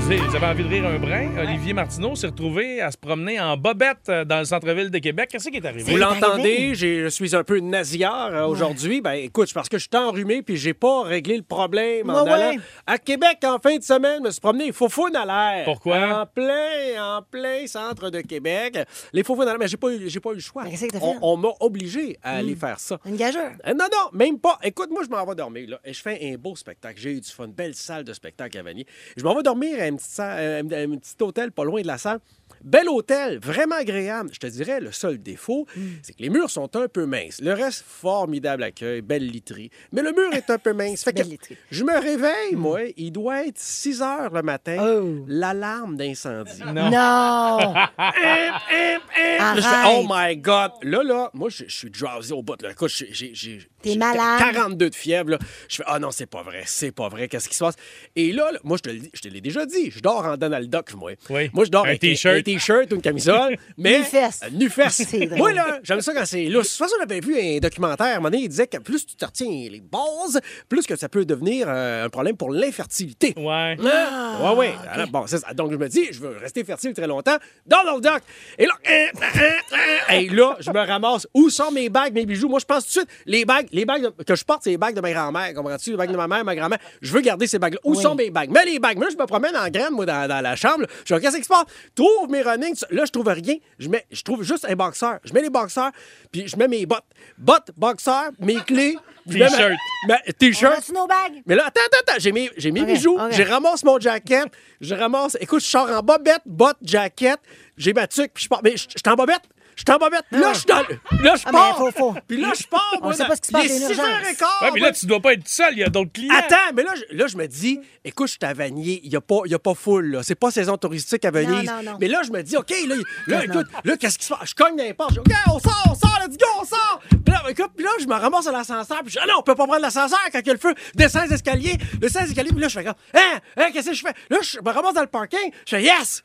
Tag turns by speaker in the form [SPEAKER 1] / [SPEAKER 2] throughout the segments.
[SPEAKER 1] vous avez- vous avez envie de rire un brin. Olivier Martineau s'est retrouvé à se promener en bobette euh, dans le centre-ville de Québec. Qu'est-ce qui est arrivé?
[SPEAKER 2] Vous l'entendez, j'ai- je suis un peu nasillard euh, aujourd'hui. Ben écoute, c'est parce que je suis enrhumé puis j'ai pas réglé le problème en
[SPEAKER 3] Ouais,
[SPEAKER 2] allant
[SPEAKER 3] ouais.
[SPEAKER 2] à Québec en fin de semaine, me suis promené faux à l'air.
[SPEAKER 1] Pourquoi?
[SPEAKER 2] En plein, en plein centre de Québec. Les faux à l'air, mais j'ai pas eu, j'ai pas eu le choix.
[SPEAKER 3] Mais qu'est-ce que t'as
[SPEAKER 2] on
[SPEAKER 3] fait? Hmm.
[SPEAKER 2] on m'a obligé à aller faire ça.
[SPEAKER 3] Une gageure.
[SPEAKER 2] Euh, Non, non, même pas. Écoute, moi, je m'en vais dormir. Là. Et Je fais un beau spectacle. J'ai eu du fun. Belle salle de spectacle à Vanier. Je m'en vais dormir à un petit, sa- euh, un- un petit hôtel pas loin de la salle. Bel hôtel, vraiment agréable. Je te dirais, le seul défaut,
[SPEAKER 3] Hmm.
[SPEAKER 2] c'est que les murs sont un peu minces. Le reste, formidable accueil, belle literie. Mais le mur est un peu mince. Fait que
[SPEAKER 3] Belle literie.
[SPEAKER 2] je me réveille, moi. Il doit être 6 heures le matin.
[SPEAKER 3] Hmm. Oh.
[SPEAKER 2] L'alarme d'incendie.
[SPEAKER 3] Non! Ah,
[SPEAKER 2] Là, je fais,
[SPEAKER 3] Arrête.
[SPEAKER 2] oh my God. Là, là, moi, je, je suis drowsy au bout. Là. Écoute, j'ai- j'ai- j'ai
[SPEAKER 3] T'es
[SPEAKER 2] j'ai
[SPEAKER 3] malade.
[SPEAKER 2] 42 de fièvre. là. Je fais, ah non, c'est pas vrai, c'est pas vrai, qu'est-ce qui se passe? Et là, là, moi, je te, le dis- je te l'ai déjà dit, je dors en Donald Duck, moi.
[SPEAKER 1] Oui.
[SPEAKER 2] Moi, je dors
[SPEAKER 1] Un
[SPEAKER 2] avec
[SPEAKER 1] t-shirt.
[SPEAKER 2] un t-shirt ou une camisole. mais,
[SPEAKER 3] Nu-fesse.
[SPEAKER 2] Euh, nu-fesse.
[SPEAKER 3] C'est drôle.
[SPEAKER 2] Moi, là, j'aime ça quand c'est lousse. De toute façon, on avait vu un documentaire, à un moment donné, il disait que plus tu te retiens les bases, plus que ça peut devenir euh, un problème pour l'infertilité.
[SPEAKER 1] Ouais.
[SPEAKER 2] Ah, ouais, ouais. Alors, bon, c'est ça. donc, je me dis, je veux rester fertile très longtemps dans le doc. Et là, hein, hein, hein, et là, je me ramasse. Où sont mes bagues, mes bijoux? Moi, je pense tout de suite, les bagues, les bagues de- que je porte, c'est les bagues de ma grand-mère. Comprends-tu? Les bagues de ma mère, ma grand-mère. Je veux garder ces bagues-là. Où
[SPEAKER 3] Oui.
[SPEAKER 2] sont mes bagues? Mais les bagues, moi, je me promène en graine, moi, dans, dans la chambre. là. Je dis, qu'est-ce qui se passe? Trouve mes runnings. Là, je trouve rien. Je, mets, je trouve juste un boxeur. Je mets les boxeurs, puis je mets mes bottes. Bottes, boxeurs, mes clés. je mets ma-
[SPEAKER 1] T-shirt.
[SPEAKER 2] ma-
[SPEAKER 3] On
[SPEAKER 2] T-shirt.
[SPEAKER 3] a-tu nos bagues?
[SPEAKER 2] Mais là, attends, attends, attends, j'ai mes, j'ai mes
[SPEAKER 3] Ok,
[SPEAKER 2] bijoux,
[SPEAKER 3] ok.
[SPEAKER 2] je ramasse mon jacket, je ramasse. Écoute, je sors en bobette, botte, jacket, j'ai ma tuque, puis je pars. Mais je je suis en bobette, je suis en bobette. Là, je suis dans le- Là, je
[SPEAKER 3] Ah, mais
[SPEAKER 2] pars.
[SPEAKER 3] faut- faut.
[SPEAKER 2] Puis là, je pars.
[SPEAKER 3] On
[SPEAKER 2] moi,
[SPEAKER 3] sait
[SPEAKER 2] dans-
[SPEAKER 3] pas ce qui se passe,
[SPEAKER 2] Il
[SPEAKER 3] il y a
[SPEAKER 2] est
[SPEAKER 3] une
[SPEAKER 2] 6
[SPEAKER 3] urgence.
[SPEAKER 2] heures et quart,
[SPEAKER 1] Ouais, mais
[SPEAKER 2] moi,
[SPEAKER 1] là, tu dois pas être seul, il y a d'autres clients.
[SPEAKER 2] Attends, mais là, je, là, je me dis, écoute, je suis à Vanier, il n'y a, pas- il y a pas full, là. C'est pas saison touristique à Venise.
[SPEAKER 3] non, non.
[SPEAKER 2] Mais là, je me dis, OK, là, là
[SPEAKER 3] Non, non.
[SPEAKER 2] écoute, là, qu'est-ce qui se passe? Je cogne n'importe. Je dis, OK, on sort, on sort, let's go, on sort. Puis là, écoute, puis là, je me ramasse à l'ascenseur. Puis je dis, ah non, on peut pas prendre l'ascenseur quand il y a le feu. Descends les escaliers, descends les escaliers. Puis là, je fais comme, hein, hein, qu'est-ce que je fais? Là, je me ramasse dans le parking. Je fais, yes!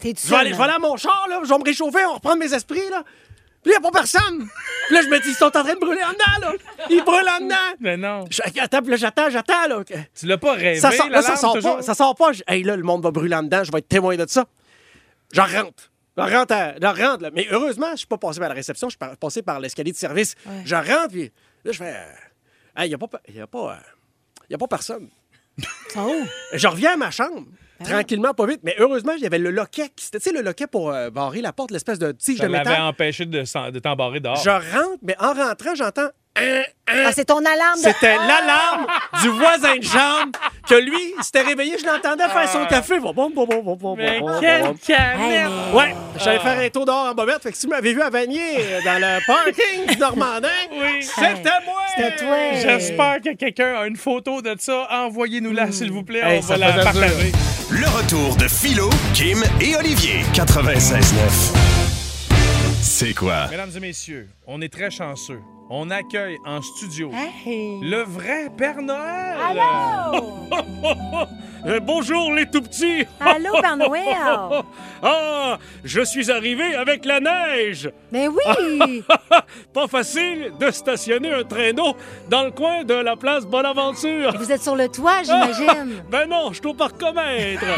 [SPEAKER 3] T'es tout
[SPEAKER 2] Je vais,
[SPEAKER 3] seul,
[SPEAKER 2] aller, je vais
[SPEAKER 3] man.
[SPEAKER 2] aller à mon char, là, je vais me réchauffer, on reprend mes esprits, là. Puis là, il n'y a pas personne. Puis là, je me dis, ils sont en train de brûler en dedans, là. Ils brûlent en dedans.
[SPEAKER 1] Mais non.
[SPEAKER 2] Je- Attends, puis là, j'attends, j'attends, là.
[SPEAKER 1] Tu l'as pas rêvé.
[SPEAKER 2] Ça sort, là, ça
[SPEAKER 1] l'alarme,
[SPEAKER 2] sort
[SPEAKER 1] toujours?
[SPEAKER 2] pas. Ça sort pas. Je- Hey, là, le monde va brûler en dedans. Je vais être témoin de ça. J'en rentre. J'en rentre. à- j'en rentre là. Mais heureusement, je suis pas passé par la réception. Je suis par- passé par l'escalier de service. J'en rentre, puis là, je fais. Il n'y a pas. Il a pas. Il a pas personne.
[SPEAKER 3] Ils sont où?
[SPEAKER 2] Je reviens à ma chambre. Tranquillement, pas vite. Mais heureusement, il y avait le loquet. qui- Tu sais, le loquet pour euh, barrer la porte, l'espèce de tige
[SPEAKER 1] Ça
[SPEAKER 2] de
[SPEAKER 1] l'avait
[SPEAKER 2] métal.
[SPEAKER 1] empêché de, s'en- de t'embarrer dehors.
[SPEAKER 2] Je rentre, mais en rentrant, j'entends. Hein, hein,
[SPEAKER 3] Ah, c'est ton alarme de...
[SPEAKER 2] c'était l'alarme du voisin de chambre que lui, il s'était réveillé, je l'entendais faire son café. Bon, bon, bon, bon, bon, bon,
[SPEAKER 1] Mais
[SPEAKER 2] bon, bon, bon.
[SPEAKER 1] quel
[SPEAKER 3] Hey,
[SPEAKER 1] canette!
[SPEAKER 3] mais-
[SPEAKER 2] Ouais, j'allais faire un tour dehors en bobette. Fait que si vous m'avez vu à Vanier euh, dans le parking du Normandin,
[SPEAKER 1] Oui.
[SPEAKER 2] c'était moi!
[SPEAKER 3] C'était toi.
[SPEAKER 1] J'espère que quelqu'un a une photo de ça. Envoyez-nous-la, s'il vous plaît.
[SPEAKER 2] Hmm. Hey,
[SPEAKER 1] On
[SPEAKER 2] ça
[SPEAKER 1] va la
[SPEAKER 2] faisait dur.
[SPEAKER 1] partager.
[SPEAKER 4] Le retour de Philo, Kim et Olivier. 96.9. C'est quoi?
[SPEAKER 1] Mesdames et messieurs, on est très chanceux. On accueille en studio
[SPEAKER 3] Hey.
[SPEAKER 1] le vrai Père Noël.
[SPEAKER 3] Allô?
[SPEAKER 2] Euh, bonjour les tout petits!
[SPEAKER 3] Allô, Père Noël?
[SPEAKER 2] Ah, je suis arrivé avec la neige!
[SPEAKER 3] Ben oui!
[SPEAKER 2] Pas facile de stationner un traîneau dans le coin de la place Bonaventure!
[SPEAKER 3] Vous êtes sur le toit, j'imagine.
[SPEAKER 2] Ben non, je trouve par commettre!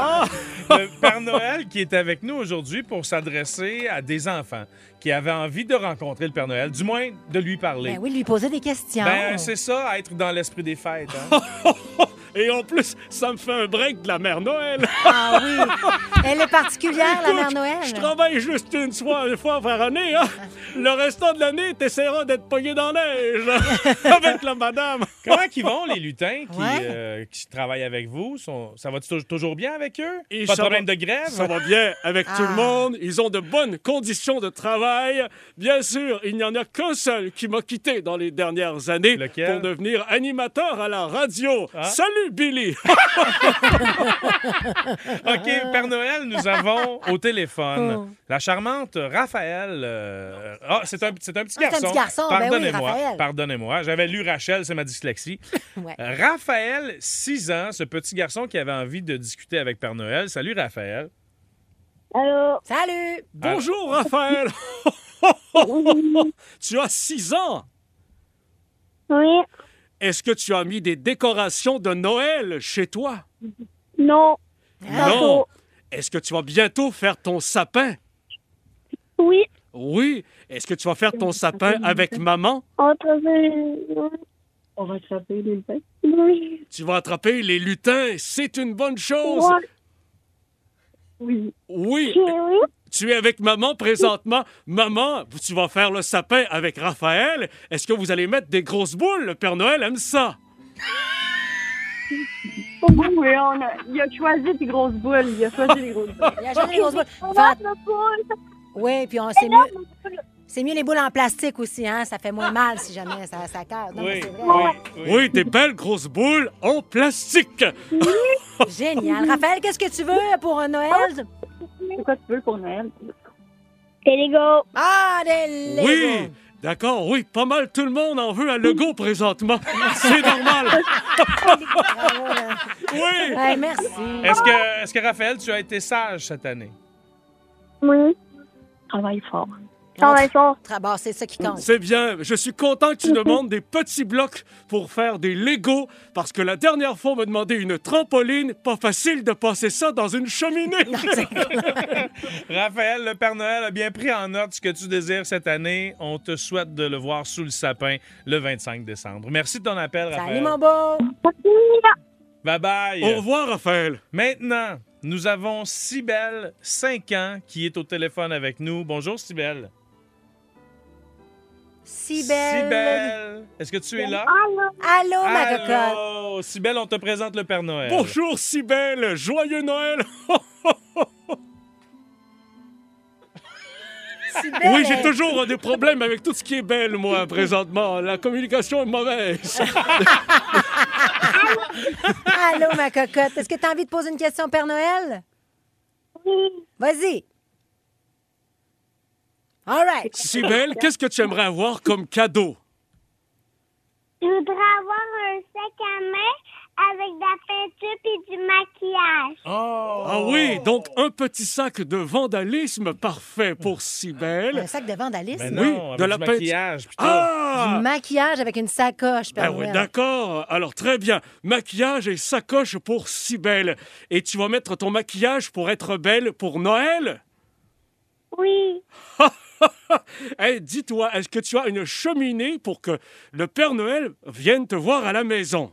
[SPEAKER 3] Ah!
[SPEAKER 1] Le Père Noël qui est avec nous aujourd'hui pour s'adresser à des enfants qui avaient envie de rencontrer le Père Noël, du moins de lui parler.
[SPEAKER 3] Ben oui, lui poser des questions.
[SPEAKER 1] Ben, c'est ça, être dans l'esprit des fêtes. hein.
[SPEAKER 2] Oh, Et en plus, ça me fait un break de la mère Noël.
[SPEAKER 3] Ah oui! Elle est particulière, la Mère
[SPEAKER 2] Écoute,
[SPEAKER 3] Noël.
[SPEAKER 2] Je travaille juste une fois, une fois par année. Hein. Le restant de l'année, t'essaieras d'être pogné dans la neige avec la madame.
[SPEAKER 1] Comment qu'ils vont, les lutins qui,
[SPEAKER 3] Ouais.
[SPEAKER 1] euh, qui travaillent avec vous? Sont- Ça va toujours bien avec eux?
[SPEAKER 2] Et
[SPEAKER 1] Pas de
[SPEAKER 2] ça
[SPEAKER 1] problème
[SPEAKER 2] va-
[SPEAKER 1] de grève?
[SPEAKER 2] Ça va bien avec tout
[SPEAKER 3] Ah.
[SPEAKER 2] le monde. Ils ont de bonnes conditions de travail. Bien sûr, il n'y en a qu'un seul qui m'a quitté dans les dernières années
[SPEAKER 1] Lequel?
[SPEAKER 2] pour devenir animateur à la radio.
[SPEAKER 1] Ah.
[SPEAKER 2] Salut, Billy.
[SPEAKER 1] OK, Père Noël, nous avons au
[SPEAKER 3] Oh.
[SPEAKER 1] téléphone la charmante Raphaël. euh, Ah, c'est un, c'est un petit
[SPEAKER 3] Ah, c'est un
[SPEAKER 1] garçon.
[SPEAKER 3] petit garçon, ben oui,
[SPEAKER 1] Pardonnez-moi.
[SPEAKER 3] Raphaël.
[SPEAKER 1] Pardonnez-moi. J'avais lu Rachel, c'est ma dyslexie.
[SPEAKER 3] Ouais.
[SPEAKER 1] Euh, Raphaël, 6 ans, ce petit garçon qui avait envie de discuter avec Père Noël. Salut, Raphaël.
[SPEAKER 5] Allô?
[SPEAKER 3] Salut!
[SPEAKER 2] Bonjour, Raphaël. tu as 6 ans.
[SPEAKER 5] Oui?
[SPEAKER 2] Est-ce que tu as mis des décorations de Noël chez toi?
[SPEAKER 5] Non?
[SPEAKER 2] Non. Est-ce que tu vas bientôt faire ton sapin?
[SPEAKER 5] Oui?
[SPEAKER 2] Oui. Est-ce que tu vas faire ton sapin avec maman?
[SPEAKER 5] On t'appelle. On va attraper les bêtes. Oui.
[SPEAKER 2] Tu vas attraper les lutins. C'est une bonne chose.
[SPEAKER 5] Oui.
[SPEAKER 2] Oui.
[SPEAKER 5] Oui?
[SPEAKER 2] Tu es avec maman présentement. Maman, tu vas faire le sapin avec Raphaël. Est-ce que vous allez mettre des grosses boules? Le Père Noël aime ça.
[SPEAKER 5] Oui, on a... il a choisi des grosses boules. Il a choisi les grosses boules.
[SPEAKER 3] Il a jamais les grosses boules.
[SPEAKER 5] On
[SPEAKER 3] Fait-
[SPEAKER 5] va le poule.
[SPEAKER 3] Oui, puis on- c'est mieux, c'est mieux les boules en plastique aussi, hein? Ça fait moins mal si jamais ça, ça casse. Non, mais
[SPEAKER 1] Oui,
[SPEAKER 3] c'est vrai.
[SPEAKER 1] oui, oui.
[SPEAKER 2] Oui, des belles grosses boules en plastique.
[SPEAKER 3] Génial. Raphaël, qu'est-ce que tu veux pour un Noël?
[SPEAKER 5] Pourquoi tu veux pour Noël? Télégo.
[SPEAKER 3] Ah, des Legos.
[SPEAKER 2] Oui, d'accord, oui, pas mal tout le monde en veut à Lego présentement. C'est normal.
[SPEAKER 3] Bravo, là.
[SPEAKER 2] Oui.
[SPEAKER 3] Ouais, merci.
[SPEAKER 1] Est-ce que, est-ce que, Raphaël, tu as été sage cette année?
[SPEAKER 5] Oui. Travaille fort.
[SPEAKER 3] Travaille
[SPEAKER 5] fort.
[SPEAKER 3] Tra- bon, c'est ça qui compte.
[SPEAKER 2] C'est bien, je suis content que tu demandes des petits blocs pour faire des Lego parce que la dernière fois on m'a demandé une trampoline, pas facile de passer ça dans une cheminée.
[SPEAKER 1] Raphaël, le Père Noël a bien pris en note ce que tu désires cette année. On te souhaite de le voir sous le sapin le 25 décembre. Merci de ton appel,
[SPEAKER 3] Salut,
[SPEAKER 1] Raphaël.
[SPEAKER 3] mon beau.
[SPEAKER 1] Bye bye.
[SPEAKER 2] Au revoir Raphaël.
[SPEAKER 1] Maintenant, nous avons Sibelle, 5 ans, qui est au téléphone avec nous. Bonjour, Sibelle.
[SPEAKER 3] Si belle.
[SPEAKER 1] Sibelle, Est-ce que tu es là?
[SPEAKER 5] Ah,
[SPEAKER 3] Allô, Ah, ma cocotte.
[SPEAKER 1] Allô, Sibelle, on te présente le Père Noël.
[SPEAKER 2] Bonjour Sibelle, joyeux Noël.
[SPEAKER 3] Si belle.
[SPEAKER 2] Oui, j'ai toujours euh, des problèmes avec tout ce qui est belle moi présentement, la communication est mauvaise.
[SPEAKER 3] Allô, ma cocotte. Est-ce que tu as envie de poser une question, au Père Noël? Oui. Vas-y. All right.
[SPEAKER 2] Sibelle, qu'est-ce que tu aimerais avoir comme cadeau
[SPEAKER 6] Je voudrais avoir un sac à main avec de la peinture et du maquillage.
[SPEAKER 1] Oh.
[SPEAKER 2] Ah oui, donc un petit sac de vandalisme parfait pour
[SPEAKER 3] Un
[SPEAKER 2] Sibelle.
[SPEAKER 3] sac de vandalisme.
[SPEAKER 1] Mais
[SPEAKER 2] Oui,
[SPEAKER 1] non, avec
[SPEAKER 2] de
[SPEAKER 1] du
[SPEAKER 2] la peinture.
[SPEAKER 1] maquillage, plutôt.
[SPEAKER 2] Ah
[SPEAKER 3] Maquillage avec une sacoche, Père
[SPEAKER 2] Ben oui,
[SPEAKER 3] Noël.
[SPEAKER 2] d'accord. Alors très bien. Maquillage et sacoche pour Sibelle. Et tu vas mettre ton maquillage pour être belle pour Noël
[SPEAKER 6] Oui,
[SPEAKER 2] Eh, dis-toi, est-ce que tu as une cheminée pour que le Père Noël vienne te voir à la maison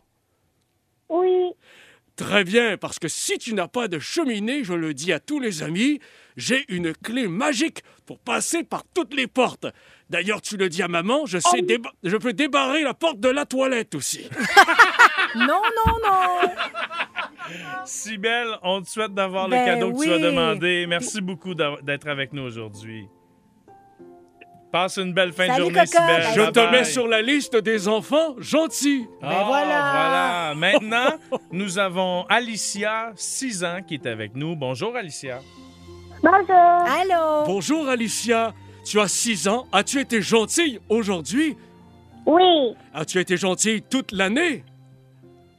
[SPEAKER 6] oui,
[SPEAKER 2] Très bien, parce que si tu n'as pas de cheminée, je le dis à tous les amis, j'ai une clé magique pour passer par toutes les portes. D'ailleurs, tu le dis à maman, je, sais déba- je peux débarrer la porte de la toilette aussi.
[SPEAKER 3] Non, non, non.
[SPEAKER 1] Sibelle, on te souhaite d'avoir
[SPEAKER 3] Ben
[SPEAKER 1] le cadeau que tu as
[SPEAKER 3] oui.
[SPEAKER 1] demandé. Merci beaucoup d'av- d'être avec nous aujourd'hui. Passe une belle fin
[SPEAKER 3] Salut,
[SPEAKER 1] de journée,
[SPEAKER 3] cocotte.
[SPEAKER 1] Sibelle.
[SPEAKER 2] Je
[SPEAKER 1] Bye
[SPEAKER 2] te
[SPEAKER 1] bye.
[SPEAKER 2] mets sur la liste des enfants gentils.
[SPEAKER 1] Ah,
[SPEAKER 3] voilà.
[SPEAKER 1] voilà. Maintenant, nous avons Alicia, 6 ans, qui est avec nous. Bonjour, Alicia.
[SPEAKER 6] bonjour.
[SPEAKER 3] Allô.
[SPEAKER 2] Bonjour Alicia, tu as 6 ans, as-tu été gentille aujourd'hui
[SPEAKER 6] Oui,
[SPEAKER 2] As-tu été gentille toute l'année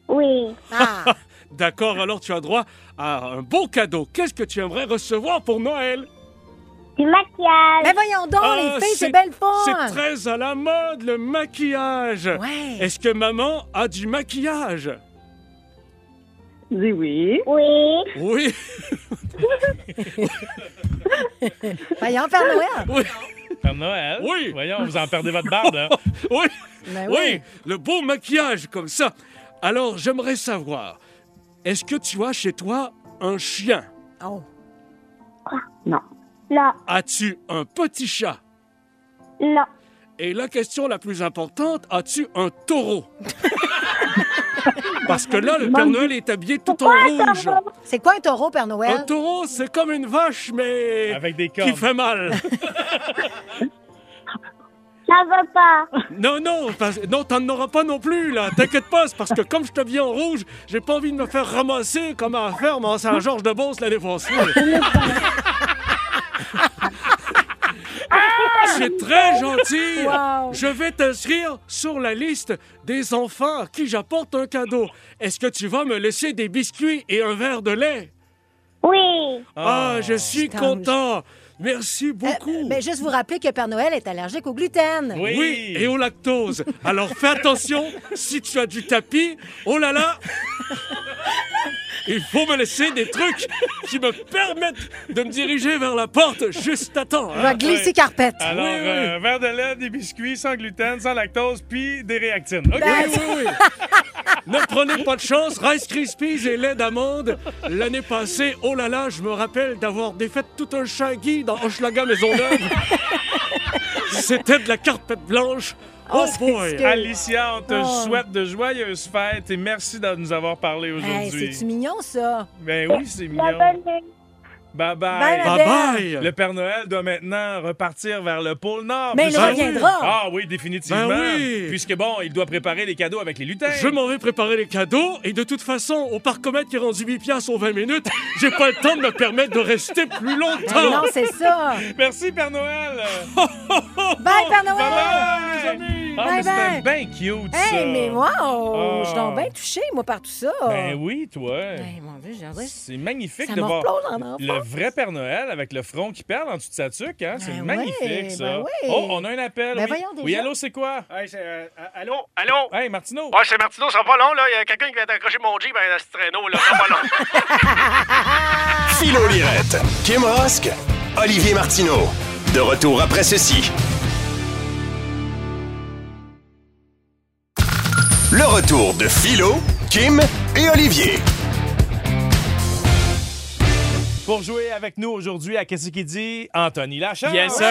[SPEAKER 6] oui,
[SPEAKER 3] Ah.
[SPEAKER 2] D'accord, alors tu as droit à un beau cadeau. Qu'est-ce que tu aimerais recevoir pour Noël
[SPEAKER 6] du maquillage.
[SPEAKER 3] Mais Ben voyons donc,
[SPEAKER 2] Ah,
[SPEAKER 3] les filles,
[SPEAKER 2] c'est-
[SPEAKER 3] c'est belle fun.
[SPEAKER 2] C'est très à la mode le maquillage.
[SPEAKER 3] Ouais.
[SPEAKER 2] Est-ce que maman a du maquillage
[SPEAKER 5] Dis oui.
[SPEAKER 6] Oui,
[SPEAKER 2] Oui,
[SPEAKER 3] Voyons, Père Noël.
[SPEAKER 2] oui,
[SPEAKER 1] Père Noël.
[SPEAKER 2] Oui.
[SPEAKER 1] Voyons, vous en perdez votre barbe. hein.
[SPEAKER 2] oui,
[SPEAKER 3] Ben
[SPEAKER 2] oui, le beau maquillage comme ça. Alors j'aimerais savoir, est-ce que tu as chez toi un chien
[SPEAKER 3] Oh.
[SPEAKER 5] Non.
[SPEAKER 6] non,
[SPEAKER 2] As-tu un petit chat
[SPEAKER 6] non,
[SPEAKER 2] Et la question la plus importante, as-tu un taureau Parce que là, le Père Noël est habillé tout en rouge.
[SPEAKER 3] C'est quoi un taureau, Père
[SPEAKER 2] Un
[SPEAKER 3] Noël?
[SPEAKER 2] taureau, c'est comme une vache, mais
[SPEAKER 1] Avec des
[SPEAKER 2] qui
[SPEAKER 1] cornes.
[SPEAKER 2] fait mal.
[SPEAKER 6] ça va pas.
[SPEAKER 2] Non, non, parce- non, t'en auras pas non plus, là. T'inquiète pas, c'est parce que comme je t'habille en rouge, j'ai pas envie de me faire ramasser comme à la ferme en Saint-Georges-de-Beauce la défense. C'est très gentil.
[SPEAKER 3] Wow.
[SPEAKER 2] Je vais t'inscrire sur la liste des enfants à qui j'apporte un cadeau. Est-ce que tu vas me laisser des biscuits et un verre de lait
[SPEAKER 6] Oui.
[SPEAKER 2] Ah, je suis
[SPEAKER 3] Putain,
[SPEAKER 2] content. Merci beaucoup.
[SPEAKER 3] Mais Ben, juste vous rappeler que Père Noël est allergique au gluten.
[SPEAKER 1] Oui.
[SPEAKER 2] Oui, et au lactose. Alors fais attention, si tu as du tapis, oh là là, il faut me laisser des trucs qui me permettent de me diriger vers la porte juste à temps.
[SPEAKER 3] On
[SPEAKER 2] hein.
[SPEAKER 3] va glisser carpette.
[SPEAKER 1] Alors,
[SPEAKER 2] Oui, oui.
[SPEAKER 1] euh, verre de lait, des biscuits sans gluten, sans lactose, puis des réactines.
[SPEAKER 3] Bah,
[SPEAKER 1] OK.
[SPEAKER 2] Oui, oui, oui. Ne prenez pas de chance, Rice Krispies et lait d'amande. L'année passée, oh là là, je me rappelle d'avoir défait tout un shaggy dans Hochelaga Maisonneuve. C'était de la carpette blanche. Oh,
[SPEAKER 3] Oh, c'est
[SPEAKER 2] boy!
[SPEAKER 3] ce que-
[SPEAKER 1] Alicia, on te
[SPEAKER 3] Oh.
[SPEAKER 1] souhaite de joyeuses fêtes et merci de nous avoir parlé
[SPEAKER 3] Hey,
[SPEAKER 1] aujourd'hui.
[SPEAKER 3] C'est-tu mignon, ça?
[SPEAKER 1] ben oui, c'est
[SPEAKER 6] La
[SPEAKER 1] mignon.
[SPEAKER 6] bonne nuit.
[SPEAKER 1] Bye
[SPEAKER 3] Bye,
[SPEAKER 1] bye.
[SPEAKER 3] madame.
[SPEAKER 2] Bye bye!
[SPEAKER 1] Le Père Noël doit maintenant repartir vers le pôle Nord.
[SPEAKER 3] Mais il
[SPEAKER 1] puisque-
[SPEAKER 3] reviendra.
[SPEAKER 1] Ah oui, définitivement.
[SPEAKER 2] Ben oui.
[SPEAKER 1] Puisque bon, il doit préparer les cadeaux avec les lutins.
[SPEAKER 2] Je m'en vais préparer les cadeaux et de toute façon, au parc Comète qui est rendu 8 piastres en 20 minutes, j'ai pas le temps de me permettre de rester plus
[SPEAKER 3] Mais Ah, non,
[SPEAKER 2] longtemps.
[SPEAKER 3] c'est ça.
[SPEAKER 1] Merci Père Noël.
[SPEAKER 3] Bye, Père Noël.
[SPEAKER 1] bye bye.
[SPEAKER 2] amis.
[SPEAKER 1] Ah, mais
[SPEAKER 3] Bye
[SPEAKER 1] c'était bien cute ça.
[SPEAKER 3] Hey, mais moi,
[SPEAKER 1] Ah.
[SPEAKER 3] je suis donc bien touchée, moi, par tout ça.
[SPEAKER 1] Ben oui, toi.
[SPEAKER 3] Hey, mon Dieu, j'ai envie-
[SPEAKER 1] C'est magnifique
[SPEAKER 3] Ben Ça
[SPEAKER 1] de
[SPEAKER 3] me
[SPEAKER 1] voir
[SPEAKER 3] replonge en enfance.
[SPEAKER 1] le vrai Père Noël avec le front qui perle en dessous de sa tuque. Hein? C'est
[SPEAKER 3] Ben
[SPEAKER 1] magnifique,
[SPEAKER 3] ouais,
[SPEAKER 1] ça.
[SPEAKER 3] ben ouais.
[SPEAKER 1] Oh, on a un appel.
[SPEAKER 3] Ben
[SPEAKER 1] oui.
[SPEAKER 3] voyons
[SPEAKER 1] Oui,
[SPEAKER 3] déjà.
[SPEAKER 1] allô, c'est quoi?
[SPEAKER 7] allô? Allô?
[SPEAKER 1] Hey, Martineau.
[SPEAKER 7] Ouais, c'est Martino, ça va pas long, là. Il y a quelqu'un qui vient d'accrocher mon Jeep à ce traîneau, là. Ça va pas long.
[SPEAKER 4] Philo Lirette, Kim Rosk, Olivier Martineau. De retour après ceci. Le retour de Philo, Kim et Olivier.
[SPEAKER 1] Pour jouer avec nous aujourd'hui à Qu'est-ce qu'il dit? Anthony Lachance.
[SPEAKER 8] Yes, sir!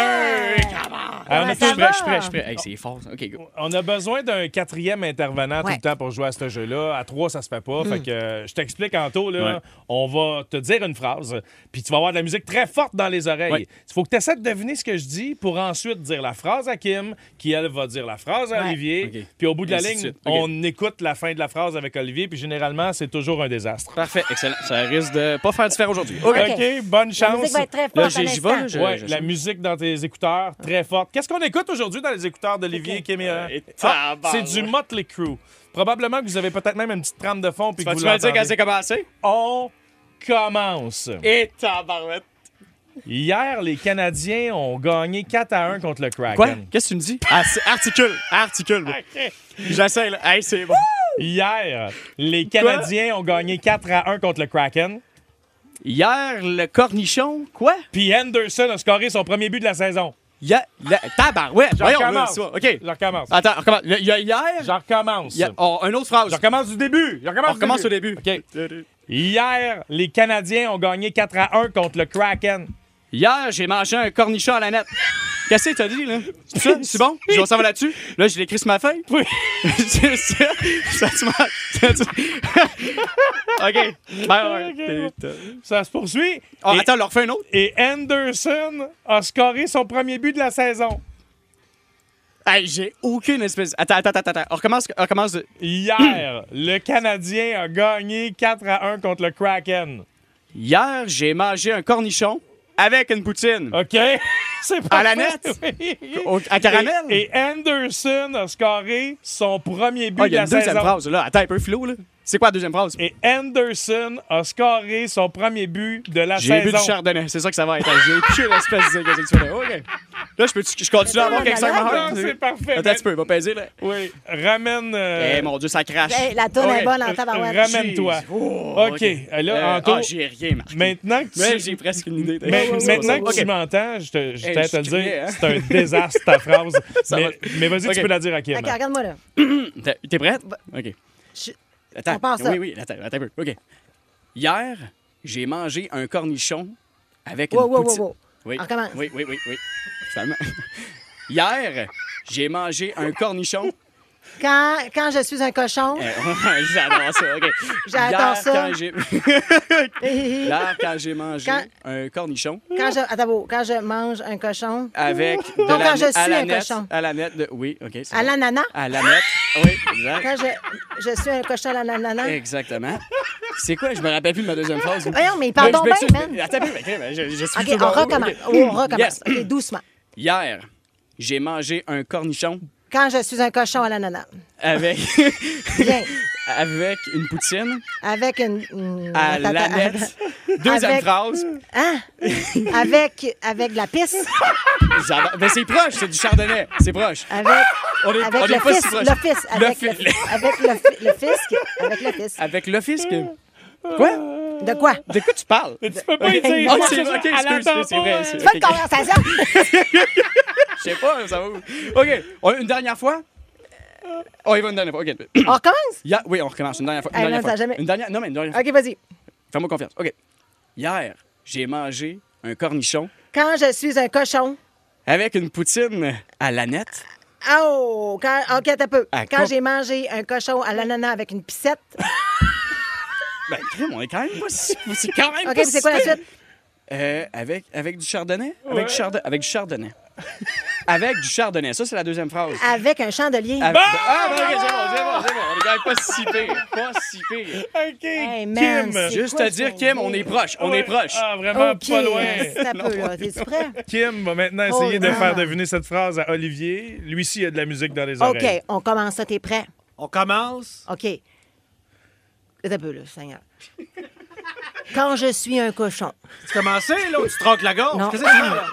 [SPEAKER 1] Ah, on,
[SPEAKER 3] Ouais,
[SPEAKER 1] a
[SPEAKER 3] ça
[SPEAKER 1] tous-
[SPEAKER 3] va?
[SPEAKER 8] Je suis prêt, je suis prêt. Hey, c'est fort. ça. OK, go.
[SPEAKER 1] on a besoin d'un quatrième intervenant tout
[SPEAKER 3] Ouais. Hmm.
[SPEAKER 1] le temps pour jouer à ce jeu-là. À trois, ça se fait pas. Fait que euh, je t'explique en tôt, là. On va te dire une phrase, puis tu vas avoir de la musique très forte dans les oreilles. Il
[SPEAKER 8] Ouais.
[SPEAKER 1] faut que tu essaies de deviner ce que je dis pour ensuite dire la phrase à Kim, qui, elle, va dire la phrase à
[SPEAKER 3] Ouais.
[SPEAKER 1] Olivier.
[SPEAKER 8] OK.
[SPEAKER 1] Puis au bout de la
[SPEAKER 8] Ainsi de
[SPEAKER 1] ligne,
[SPEAKER 8] suite. OK.
[SPEAKER 1] on écoute la fin de la phrase avec Olivier, puis généralement, c'est toujours un désastre.
[SPEAKER 8] Parfait, excellent. Ça risque de pas faire différent aujourd'hui. OK.
[SPEAKER 3] OK.
[SPEAKER 1] OK, bonne
[SPEAKER 3] La
[SPEAKER 1] chance.
[SPEAKER 3] musique va être très
[SPEAKER 8] Là,
[SPEAKER 3] forte à
[SPEAKER 8] j'y j'y vais. là,
[SPEAKER 3] l'instant.
[SPEAKER 8] je-
[SPEAKER 1] Ouais,
[SPEAKER 8] je-
[SPEAKER 1] la musique dans tes écouteurs, très forte. Qu'est-ce qu'on écoute aujourd'hui dans les écouteurs d'Olivier Kim et, euh,
[SPEAKER 8] et
[SPEAKER 1] ah, C'est
[SPEAKER 8] tabarnak.
[SPEAKER 1] du Motley Crue. Probablement que vous avez peut-être même une petite trame de fond. Puis
[SPEAKER 8] Tu
[SPEAKER 1] que vous
[SPEAKER 8] vas-tu me le dire
[SPEAKER 1] l'entendez.
[SPEAKER 8] quand c'est commencé?
[SPEAKER 1] On commence.
[SPEAKER 8] Et tabarouette.
[SPEAKER 1] Hier, les Canadiens ont gagné 4 à 1 contre le Kraken.
[SPEAKER 8] Quoi? Qu'est-ce que tu me dis? Ah, c'est- articule, articule. J'essaie, là. Hey, c'est bon.
[SPEAKER 1] Hier, les Canadiens ont gagné 4 à 1 contre le Kraken.
[SPEAKER 8] Hier, le cornichon, quoi?
[SPEAKER 1] Puis Henderson a scoré son premier but de la saison.
[SPEAKER 8] Hier, la... tabarouette.
[SPEAKER 1] Je
[SPEAKER 8] Voyons, là,
[SPEAKER 1] recommence.
[SPEAKER 8] c'est bon. OK.
[SPEAKER 1] Je recommence.
[SPEAKER 8] Attends, on recommence. Le- Il y a hier...
[SPEAKER 1] Je recommence.
[SPEAKER 8] il y a- oh, une autre phrase.
[SPEAKER 1] Je recommence du début. Je recommence
[SPEAKER 8] On
[SPEAKER 1] du
[SPEAKER 8] recommence
[SPEAKER 1] début.
[SPEAKER 8] au début.
[SPEAKER 1] Hier, les Canadiens ont gagné 4 à 1 contre le Kraken.
[SPEAKER 8] Hier, j'ai mangé un cornichon à la nette. Qu'est-ce que t'as dit, là? C'est ça? C'est bon? Je vais s'en va là-dessus? Là, je l'ai écrit sur ma feuille? Oui. c'est ça? Ça, tu m'en- ça, tu- OK. Ben, ouais.
[SPEAKER 1] Ça se poursuit.
[SPEAKER 8] Oh,
[SPEAKER 1] et,
[SPEAKER 8] attends, on leur refait un autre.
[SPEAKER 1] et Anderson a scoré son premier but de la saison.
[SPEAKER 8] Hey, j'ai aucune espèce... Attends, attends, attends, attends. On recommence... On recommence... de-
[SPEAKER 1] Hier, le Canadien a gagné 4 à 1 contre le Kraken.
[SPEAKER 8] Hier, j'ai mangé un cornichon avec une poutine.
[SPEAKER 1] OK? C'est
[SPEAKER 8] À
[SPEAKER 1] pas
[SPEAKER 8] la
[SPEAKER 1] fait, oui.
[SPEAKER 8] Au- à caramel?
[SPEAKER 1] Et, et Anderson a scoré son premier but
[SPEAKER 8] Ah, il
[SPEAKER 1] de
[SPEAKER 8] y a
[SPEAKER 1] la
[SPEAKER 8] une deuxième
[SPEAKER 1] saison.
[SPEAKER 8] phrase, là. Attends, un peu flou, là. C'est quoi la deuxième phrase?
[SPEAKER 1] Et Anderson a scoré son premier but de la
[SPEAKER 8] J'ai bu
[SPEAKER 1] saison.
[SPEAKER 8] du chardonnay, c'est ça que ça va être. J'ai plus l'espèce de qu'est-ce que tu fais là. OK. Là, je peux je continue à avoir quelques cinq
[SPEAKER 1] Ah,
[SPEAKER 8] heures.
[SPEAKER 1] c'est parfait.
[SPEAKER 8] Attends, tu peux, va peser là.
[SPEAKER 1] Oui, ramène.
[SPEAKER 8] Eh
[SPEAKER 1] euh,
[SPEAKER 8] mon dieu, ça crache.
[SPEAKER 3] Hey, la tonne
[SPEAKER 8] Ouais.
[SPEAKER 3] est bonne en tabarouette.
[SPEAKER 1] Ramène-toi. OK. Là,
[SPEAKER 8] Euh,
[SPEAKER 1] Anto,
[SPEAKER 8] ah, j'ai rien, Marc.
[SPEAKER 1] maintenant que tu,
[SPEAKER 8] Mais j'ai presque une idée. de-
[SPEAKER 1] mais-
[SPEAKER 8] Ouais, ouais,
[SPEAKER 1] maintenant
[SPEAKER 8] ouais,
[SPEAKER 1] que
[SPEAKER 8] ouais.
[SPEAKER 1] tu
[SPEAKER 8] Ok.
[SPEAKER 1] m'entends, je te, je
[SPEAKER 8] Hey,
[SPEAKER 1] tiens à
[SPEAKER 8] je
[SPEAKER 1] te le dire,
[SPEAKER 8] criais, hein.
[SPEAKER 1] c'est un désastre ta phrase.
[SPEAKER 8] Ça va.
[SPEAKER 1] mais mais vas-y, tu
[SPEAKER 8] Ok.
[SPEAKER 1] peux la dire à Kim.
[SPEAKER 3] OK, regarde-moi, là.
[SPEAKER 8] T'es- T'es prête? OK.
[SPEAKER 3] Bah, Je-
[SPEAKER 8] Attends.
[SPEAKER 3] on pense à-
[SPEAKER 8] oui, oui, attends, attends un peu. OK. Hier, j'ai mangé un cornichon avec
[SPEAKER 3] Wow,
[SPEAKER 8] une
[SPEAKER 3] wow, wow,
[SPEAKER 8] poutine.
[SPEAKER 3] wow.
[SPEAKER 8] Oui.
[SPEAKER 3] On recommence.
[SPEAKER 8] oui, oui, oui, oui. Finalement. Hier, j'ai mangé un cornichon.
[SPEAKER 3] Quand, quand je suis un cochon,
[SPEAKER 8] Euh, J'adore ça, OK.
[SPEAKER 3] J'adore
[SPEAKER 8] Hier,
[SPEAKER 3] ça.
[SPEAKER 8] Quand j'ai...
[SPEAKER 3] hi, hi,
[SPEAKER 8] Hier, quand j'ai mangé
[SPEAKER 3] Quand-
[SPEAKER 8] un cornichon
[SPEAKER 3] quand je, attends, bon, quand je mange un cochon,
[SPEAKER 8] avec de
[SPEAKER 3] Non,
[SPEAKER 8] la
[SPEAKER 3] quand je
[SPEAKER 8] à
[SPEAKER 3] suis
[SPEAKER 8] la
[SPEAKER 3] un
[SPEAKER 8] nette-
[SPEAKER 3] cochon.
[SPEAKER 8] À la nette de... Oui, OK. c'est
[SPEAKER 3] à
[SPEAKER 8] bon.
[SPEAKER 3] l'ananas,
[SPEAKER 8] À la nette. Oui, exact.
[SPEAKER 3] quand je, je suis un cochon à l'ananas,
[SPEAKER 8] Exactement. C'est quoi? Je me rappelle plus de ma deuxième phrase.
[SPEAKER 3] Voyons, mais il parle
[SPEAKER 8] Mais je
[SPEAKER 3] donc bien,
[SPEAKER 8] m'excuse,
[SPEAKER 3] man.
[SPEAKER 8] mais Attends, mais- mais- mais je, je suis
[SPEAKER 3] OK,
[SPEAKER 8] tout
[SPEAKER 3] on
[SPEAKER 8] bon.
[SPEAKER 3] recommence.
[SPEAKER 8] OK.
[SPEAKER 3] Oh, on recommence.
[SPEAKER 8] Yes.
[SPEAKER 3] OK, doucement.
[SPEAKER 8] Hier, j'ai mangé un cornichon
[SPEAKER 3] Quand je suis un cochon à l'ananas.
[SPEAKER 8] avec...
[SPEAKER 3] Bien.
[SPEAKER 8] avec une poutine
[SPEAKER 3] Avec une. une-
[SPEAKER 8] à
[SPEAKER 3] attends,
[SPEAKER 8] la
[SPEAKER 3] attends,
[SPEAKER 8] nette. Deuxième
[SPEAKER 3] Avec-
[SPEAKER 8] phrase.
[SPEAKER 3] Hein? avec, avec de la pisse.
[SPEAKER 8] J'adore. Mais c'est proche, c'est du chardonnay. C'est proche.
[SPEAKER 3] Avec,
[SPEAKER 8] On est,
[SPEAKER 3] avec
[SPEAKER 8] on
[SPEAKER 3] le
[SPEAKER 8] est pas si
[SPEAKER 3] fisc.
[SPEAKER 8] proche.
[SPEAKER 3] Le fisc.
[SPEAKER 8] Le
[SPEAKER 3] Avec le,
[SPEAKER 8] fi-
[SPEAKER 3] avec le, fi- le fisc. Avec le fisc.
[SPEAKER 8] Avec l'office que. Quoi?
[SPEAKER 3] De quoi?
[SPEAKER 8] De quoi tu parles?
[SPEAKER 1] Tu peux pas y dire.
[SPEAKER 8] Ah, c'est vrai, ok,
[SPEAKER 1] Elle
[SPEAKER 8] excuse,
[SPEAKER 1] attend
[SPEAKER 8] c'est
[SPEAKER 1] pas,
[SPEAKER 8] vrai.
[SPEAKER 1] hein.
[SPEAKER 3] Tu
[SPEAKER 8] c'est-
[SPEAKER 3] veux une
[SPEAKER 8] ok.
[SPEAKER 3] conversation?
[SPEAKER 8] Je sais pas, ça va où. OK, on- une dernière fois? On y va une dernière fois, OK.
[SPEAKER 3] On recommence?
[SPEAKER 8] Hier- Oui, on recommence, une dernière fois. Une
[SPEAKER 3] Ah, non,
[SPEAKER 8] dernière fois.
[SPEAKER 3] ça a jamais-
[SPEAKER 8] Une dernière... Non, mais une dernière fois.
[SPEAKER 3] OK, vas-y.
[SPEAKER 8] Fais-moi confiance. OK. Hier, j'ai mangé un cornichon
[SPEAKER 3] Quand je suis un cochon.
[SPEAKER 8] avec une poutine à l'aneth.
[SPEAKER 3] Oh! Quand, OK, t'as peu.
[SPEAKER 8] À
[SPEAKER 3] quand
[SPEAKER 8] quoi-
[SPEAKER 3] j'ai mangé un cochon à l'ananas avec une piscette.
[SPEAKER 8] Ben, crème, on est quand même pas si... C'est quand même
[SPEAKER 3] OK,
[SPEAKER 8] pas
[SPEAKER 3] puis c'est quoi la
[SPEAKER 8] si-
[SPEAKER 3] suite?
[SPEAKER 8] Euh, avec, avec du chardonnay? Avec, du chardon- avec du chardonnay. avec du chardonnay. Ça, c'est la deuxième phrase.
[SPEAKER 3] Avec un chandelier.
[SPEAKER 8] Avec- Ah, ben, OK, c'est bon, c'est bon, c'est bon. On est quand même pas si pire. Pas si pire.
[SPEAKER 1] OK,
[SPEAKER 3] Hey, man,
[SPEAKER 1] Kim.
[SPEAKER 3] c'est-
[SPEAKER 8] Juste
[SPEAKER 3] quoi
[SPEAKER 8] à
[SPEAKER 3] ce
[SPEAKER 8] dire,
[SPEAKER 3] qu'on
[SPEAKER 8] Kim,
[SPEAKER 3] dit?
[SPEAKER 8] on est proche. On est proche.
[SPEAKER 1] Ah, vraiment
[SPEAKER 3] OK,
[SPEAKER 1] pas loin.
[SPEAKER 3] c'est un peu, là. T'es-tu prêt?
[SPEAKER 1] Kim va maintenant essayer
[SPEAKER 3] Oh
[SPEAKER 1] de
[SPEAKER 3] là.
[SPEAKER 1] faire deviner cette phrase à Olivier. Lui aussi a de la musique dans les oreilles.
[SPEAKER 3] OK, on commence ça. T'es prêt?
[SPEAKER 7] On commence.
[SPEAKER 3] OK. T'es un peu, là, Seigneur. Quand je suis un cochon.
[SPEAKER 7] Tu commences, là, ou tu troques la
[SPEAKER 3] Non.
[SPEAKER 7] gorge? Qu'est-ce que tu fais?